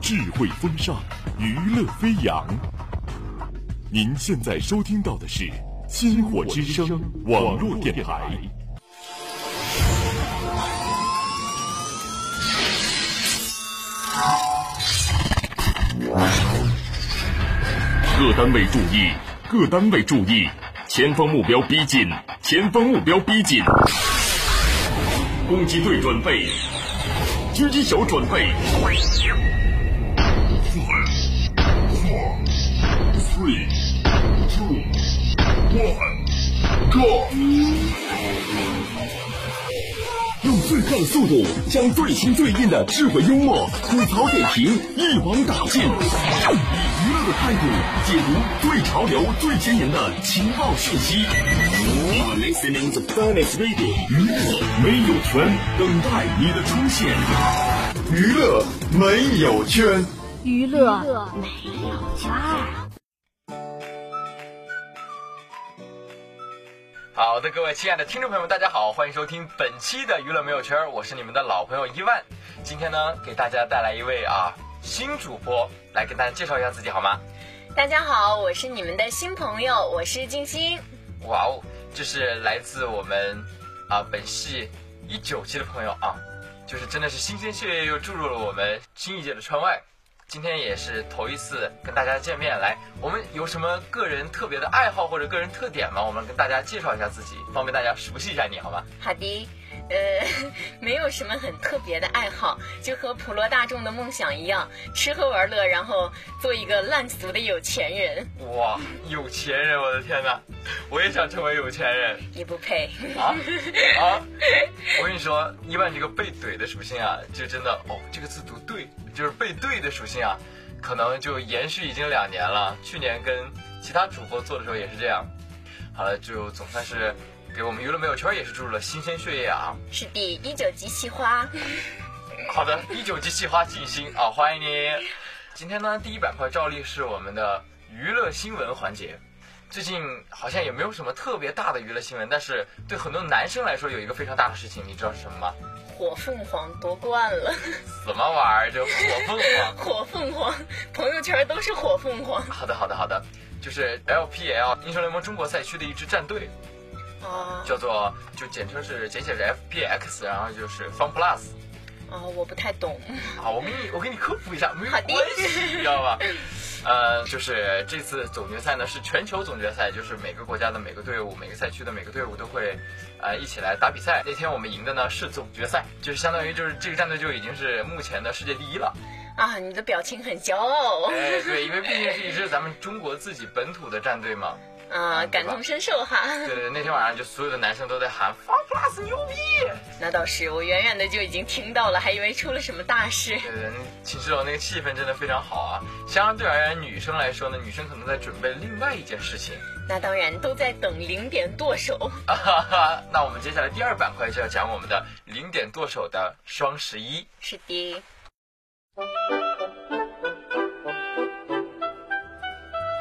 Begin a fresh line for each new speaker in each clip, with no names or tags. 智慧风尚，娱乐飞扬。您现在收听到的是《星火之声》网络电台。各单位注意，各单位注意，前方目标逼近，前方目标逼近。攻击队准备，狙击手准备。Three, two, one, go！用最快的速度，将最新最硬的智慧幽默、吐槽点评一网打尽，以娱乐的态度解读最潮流、最前沿的情报讯息。You are listening to Finest Radio，娱乐没有圈，等待你的出现。娱乐没有圈。
娱乐没有圈。
好的，各位亲爱的听众朋友们，大家好，欢迎收听本期的娱乐没有圈儿，我是你们的老朋友伊万。今天呢，给大家带来一位啊新主播，来跟大家介绍一下自己好吗？
大家好，我是你们的新朋友，我是静心。
哇哦，这是来自我们啊本系一九期的朋友啊，就是真的是新鲜血液又注入了我们新一届的川外。今天也是头一次跟大家见面，来，我们有什么个人特别的爱好或者个人特点吗？我们跟大家介绍一下自己，方便大家熟悉一下你好吗？
好的，呃， 没有什么很特别的爱好，就和普罗大众的梦想一样，吃喝玩乐，然后做一个烂俗的有钱人，
哇，有钱人，我的天哪，我也想成为有钱人。
也不配。
啊啊！我跟你说，伊万这个被怼的属性啊，就真的哦，这个字读对，就是被怼的属性啊，可能就延续已经两年了。去年跟其他主播做的时候也是这样。好了，就总算是给我们娱乐没有圈也是注入了新鲜血液啊。
是第一九级系花，
好的，一九级气花静心啊，欢迎你。今天呢，第一板块照例是我们的娱乐新闻环节。最近好像也没有什么特别大的娱乐新闻，但是对很多男生来说有一个非常大的事情，你知道是什么吗？
火凤凰夺冠了，
什么玩意儿？就火凤凰。
火凤凰，朋友圈都是火凤凰。
好的，好的，好的，就是 LPL 英雄联盟中国赛区的一支战队，
啊
叫做就简称是简写是 FPX，然后就是 Fun Plus
啊，我不太懂。
啊，我给你我给你科普一下，没有
好的
关系，你知道吧？呃，就是这次总决赛呢是全球总决赛，就是每个国家的每个队伍、每个赛区的每个队伍都会呃一起来打比赛。那天我们赢的呢是总决赛，就是相当于就是这个战队就已经是目前的世界第一了。
啊，你的表情很骄傲，啊
哎，对，因为毕竟是一支咱们中国自己本土的战队嘛。
啊，感同身受哈。
对对，对那天晚上就所有的男生都在喊 “Fun Plus 牛逼”。
那倒是，我远远的就已经听到了，还以为出了什么大事。
对对，那寝室楼那个气氛真的非常好啊。相对而言，女生来说呢，女生可能在准备另外一件事情。
那当然都在等零点剁手。
啊哈哈， 那我们接下来第二板块就要讲我们的零点剁手的双十一。
是的，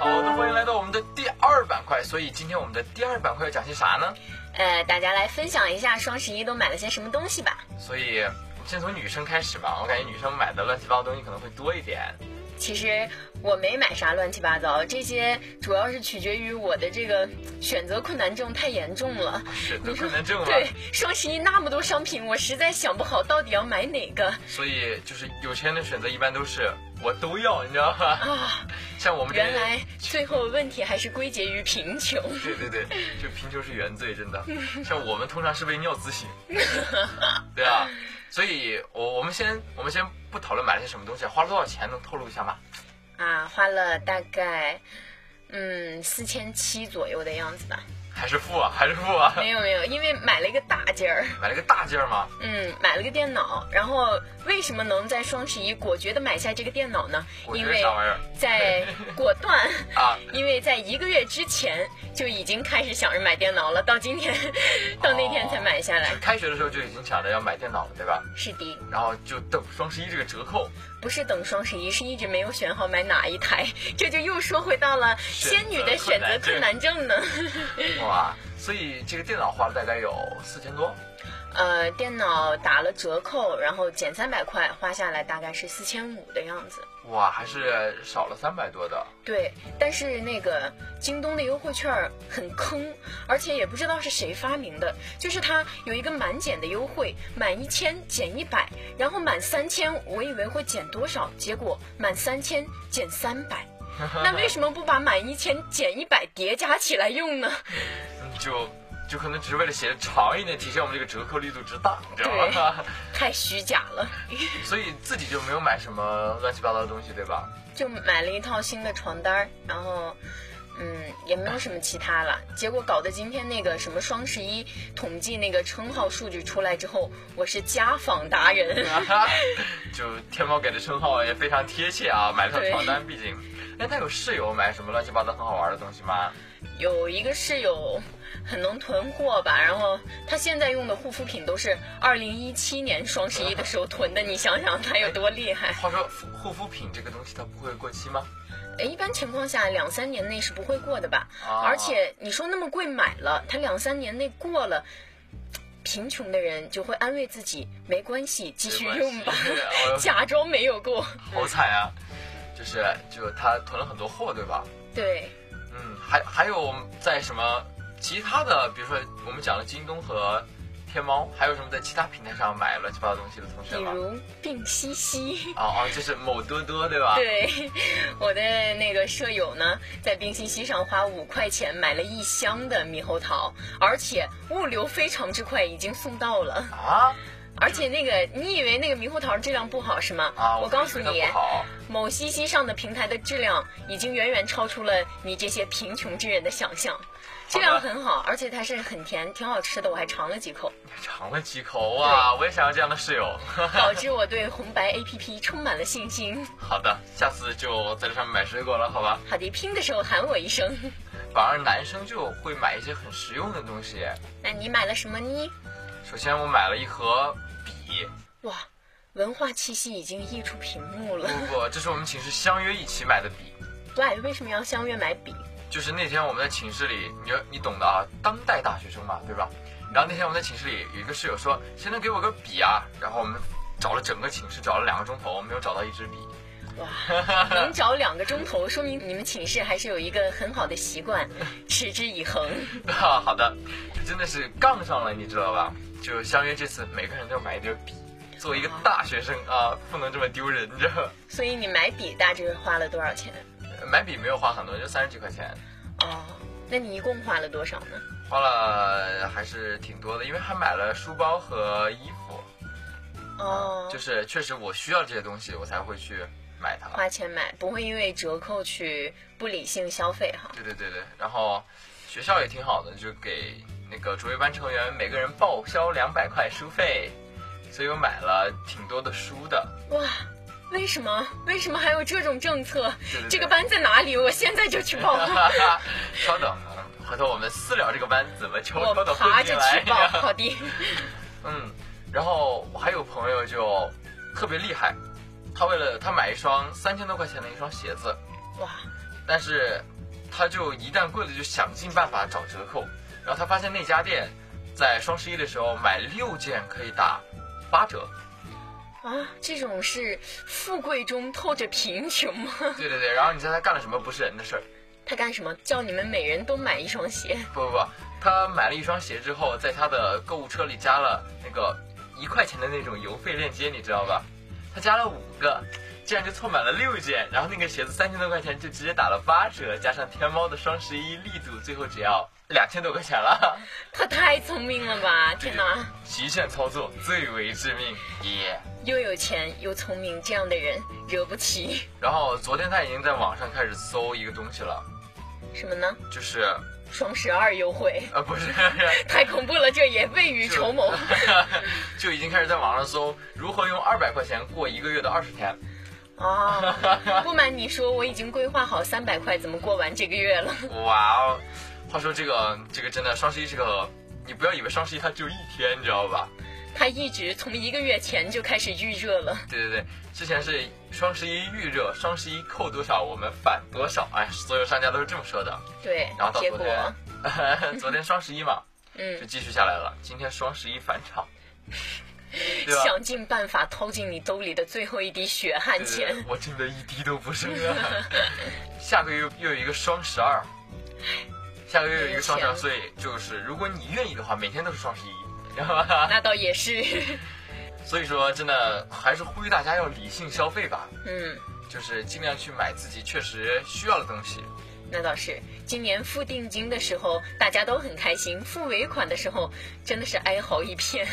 好的，欢迎来到我们的第二板块。所以今天我们的第二板块要讲些啥呢？
呃，大家来分享一下双十一都买了些什么东西吧。
所以我们先从女生开始吧。我感觉女生买的乱七八糟东西可能会多一点。
其实我没买啥乱七八糟，这些主要是取决于我的这个选择困难症太严重了。
是 得困难症了。
对，双十一那么多商品，我实在想不好到底要买哪个
所以就是有钱人的选择一般都是我都要，你知道吧？
啊！
像我们这
原来最后问题还是归结于贫穷。
对对对，就贫穷是原罪，真的。像我们通常是被尿滋 醒，对啊。所以，我我们先我们先不讨论买了些什么东西，花了多少钱，能透露一下吗？
啊，花了大概嗯四千七左右的样子吧。
还是付啊，还是付啊？
没有没有，因为买了一个大件儿，
买了个大件儿嘛，
嗯，买了个电脑。然后为什么能在双十一果决的买下这个电脑呢？
我觉
因
得
为
啥玩意儿
在果断，
啊？
因为在一个月之前就已经开始想着买电脑了，到今天，到那天才买下来。
就开学的时候就已经想着要买电脑了，对吧？
是的，
然后就等双十一这个折扣，
不是等双十一，是一直没有选好买哪一台， 这就又说回到了仙女的选择困难症呢。
哇！所以这个电脑花了大概有四千多，
呃，电脑打了折扣，然后减三百块，花下来大概是四千五的样子。
哇，还是少了三百多的。
对，但是那个京东的优惠券儿很坑，而且也不知道是谁发明的，就是它有一个满减的优惠，满一千减一百，然后满三千，我以为会减多少，结果满三千减三百。那为什么不把满一千减一百叠加起来用呢？
嗯就就可能只是为了写的长一点，体现我们这个折扣力度之大，你知道吗？
太虚假了。
所以自己就没有买什么乱七八糟的东西，对 吧？
就买了一套新的床单儿，然后，嗯，也没有什么其他了。结果搞得今天那个什么双十一统计那个称号数据出来之后，我是家纺达人。
就天猫给的称号也非常贴切啊，买了套床单，毕竟。哎，他有室友买什么乱七八糟很好玩的东西吗？
有一个室友很能囤货吧，然后他现在用的护肤品都是二零一七年双十一的时候囤的，你想想他有多厉害。
话说护护肤品这个东西它不会过期吗？
哎，一般情况下两三年内是不会过的吧？
啊
而且你说那么贵买了，它两三年内过了，贫穷的人就会安慰自己没关系，继续用吧
没关系哎，呦
假装没有 过。
好惨啊！就是就他囤了很多货，对吧？
对，
嗯，还还有在什么其他的，比如说我们讲了京东和天猫，还有什么在其他平台上买乱七八糟东西的同学
比
吗？
如病西西。
哦哦，就是某多多对吧？
对，我的那个舍友呢，在冰西西上花五块钱买了一箱的猕猴桃，而且物流非常之快，已经送到了。
啊
而且那个，你以为那个猕猴桃质量不好是吗？
啊！
我告诉
以为
你
它，不好，
某西西上的平台的质量已经远远超出了你这些贫穷之人的想象，质量很好，而且它是很甜，挺好吃的，我还尝了几口，
尝了几口哇！我也想要这样的室友。
导致我对红白 APP 充满了信心。
好的，下次就在这上面买水果了，好吧？
好的，拼的时候喊我一声。
反而男生就会买一些很实用的东西。
那你买了什么呢？
首先我买了一盒笔，
哇，文化气息已经溢出屏幕了。
不不，这是我们寝室相约一起买的笔。
喂，为什么要相约买笔？
就是那天我们在寝室里，你就你懂的啊，当代大学生嘛，对吧？然后那天我们在寝室里有一个室友说，谁能给我个笔啊？然后我们找了整个寝室，找了两个钟头，没有找到一支笔。
能找两个钟头，说明你们寝室还是有一个很好的习惯，持之以恒。
啊， 好的，这真的是杠上了，你知道吧？就相约这次，每个人都买一点笔。作为一个大学生啊，不能这么丢人，你知道 吧？
所以你买笔大致花了多少钱？
买笔没有花很多，就三十几块钱，
哦，那你一共花了多少呢？
花了还是挺多的，因为还买了书包和衣服。
哦，
啊就是确实我需要这些东西，我才会去买它。
花钱买，不会因为折扣去不理性消费哈。
对对对对，然后学校也挺好的，就给那个卓越班成员每个人报销两百块书费，所以我买了挺多的书的。
哇，为什么为什么还有这种政策？
对对对
这个班在哪里？我现在就 去报。
稍等，啊回头我们私聊这个班怎么悄
我
悄的
爬
混
着
进
去报，
来。
好的。
嗯，然后我还有朋友就特别厉害，他为了他买一双三千多块钱的一双鞋子，
哇，
但是他就一旦贵了，就想尽办法找折扣。然后他发现那家店在双十一的时候买六件可以打八 折。
啊，这种是富贵中透着贫穷吗？
对对对，然后你猜他干了什么不是人的事儿？
他干什么？叫你们每人都买一双鞋？
不不不，他买了一双鞋之后，在他的购物车里加了那个一块钱的那种邮费链接，你知道吧？他加了五个，这样就凑满了六件。然后那个鞋子三千多块钱就直接打了八折，加上天猫的双十一力度，最后只要两千多块钱了。
他太聪明了吧！天哪，
极限操作最为致命，耶、
又有钱又聪明，这样的人惹不起。
然后昨天他已经在网上开始搜一个东西了，
什么呢？
就是
双十二优惠。
呃不是，
太恐怖了，这也未雨绸缪。
就已经开始在网上搜如何用二百块钱过一个月的二十天。
啊！不瞒你说，我已经规划好三百块怎么过完这个月了。
哇哦，话说这个这个真的双十一这个，你不要以为双十一它只有一天，你知道吧？
他一直从一个月前就开始预热了。
对对对，之前是双十一预热，双十一扣多少我们返多少，哎，所有商家都是这么说的。
对
然后，到
结
昨
果
天，昨天双十一嘛，
嗯
就继续下来了。今天双十一返场，对吧？
想尽办法掏尽你兜里的最后一滴血汗
对对
钱
对。我真的一滴都不剩啊！ 下个月又有一个双十二，下个月有一个双十二，
没有
所
钱
以就是如果你愿意的话，每天都是双十一，知道吧？
那倒也是，
所以说，真的还是呼吁大家要理性消费吧，
嗯，
就是尽量去买自己确实需要的东西。
那倒是。今年付定金的时候大家都很开心，付尾款的时候真的是哀嚎一片。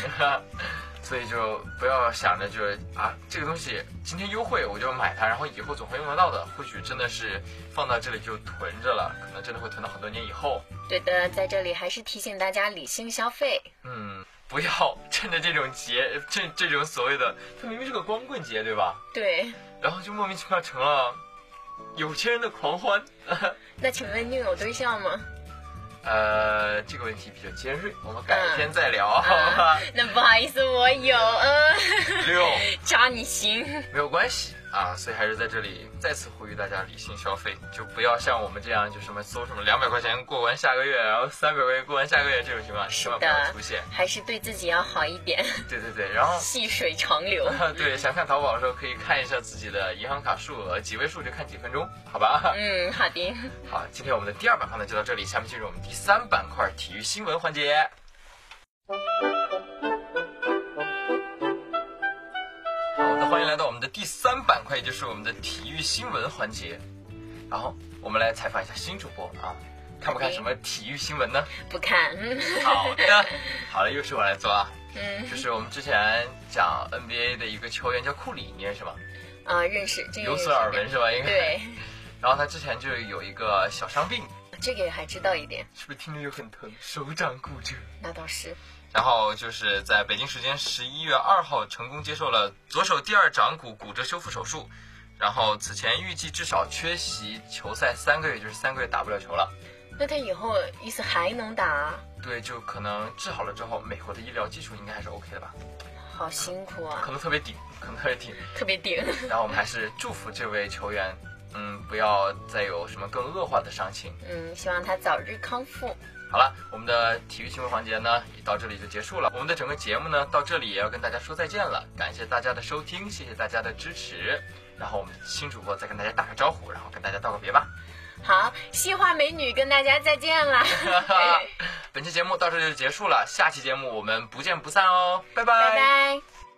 所以就不要想着就是啊，这个东西今天优惠我就买它，然后以后总会用得到的。或许真的是放到这里就囤着了，可能真的会囤到很多年以后。
对的，在这里还是提醒大家理性消费。
嗯， 不要趁着这种节，这这种所谓的，它明明是个光棍节，对吧？
对，
然后就莫名其妙成了有钱人的狂欢。
那请问你有对象吗？
呃，这个问题比较尖锐，我们改
嗯
天再聊，好吧？
那不好意思，我有，嗯，
六
渣你行。
没有关系啊，所以还是在这里再次呼吁大家理性消费，就不要像我们这样，就什么搜什么两百块钱过完下个月，然后三百块钱过完下个月这种情况，千万不要
的
出现。
还是对自己要好一 点，
对对对，然后呃
细水长流。
对，想看淘宝的时候可以看一下自己的银行卡数额，几位数就看几分钟，好吧？
嗯，好的，
好，今天我们的第二板块呢就到这里，下面进入我们第三板块体育新闻环节。好的，欢迎来到我们的第三板块，也就是我们的体育新闻环节。然后我们来采访一下新主播啊，看不看什么体育新闻呢？
不看。嗯
好的，好了，又是我来做啊。
嗯
就是我们之前讲 NBA 的一个球员叫库里，你认识吗？
啊，认识，这个
有
认识
所耳闻。是吧？应该。。
对，
然后他之前就有一个小伤病，
这个还知道一点，
是不是听着就很疼，手掌骨折？
那倒是。
然后就是在北京时间十一月二号成功接受了左手第二掌骨骨折修复手术，然后此前预计至少缺席球赛三个月，就是三个月打不了球了。
那他以后意思还能打？
对，就可能治好了之后，美国的医疗基础应该还是 OK 的吧？
好辛苦
可
啊，
能特别顶，可能特别顶。
特别顶。
然后我们还是祝福这位球员，嗯，不要再有什么更恶化的伤情。
嗯，希望他早日康复。
好了，我们的体育新闻环节呢，也到这里就结束了。我们的整个节目呢，到这里也要跟大家说再见了。感谢大家的收听，谢谢大家的支持。然后我们新主播再跟大家打个招呼，然后跟大家道个别吧。
好，西化美女跟大家再见啦，
哎本期节目到这里就结束了，下期节目我们不见不散哦，拜拜
拜拜。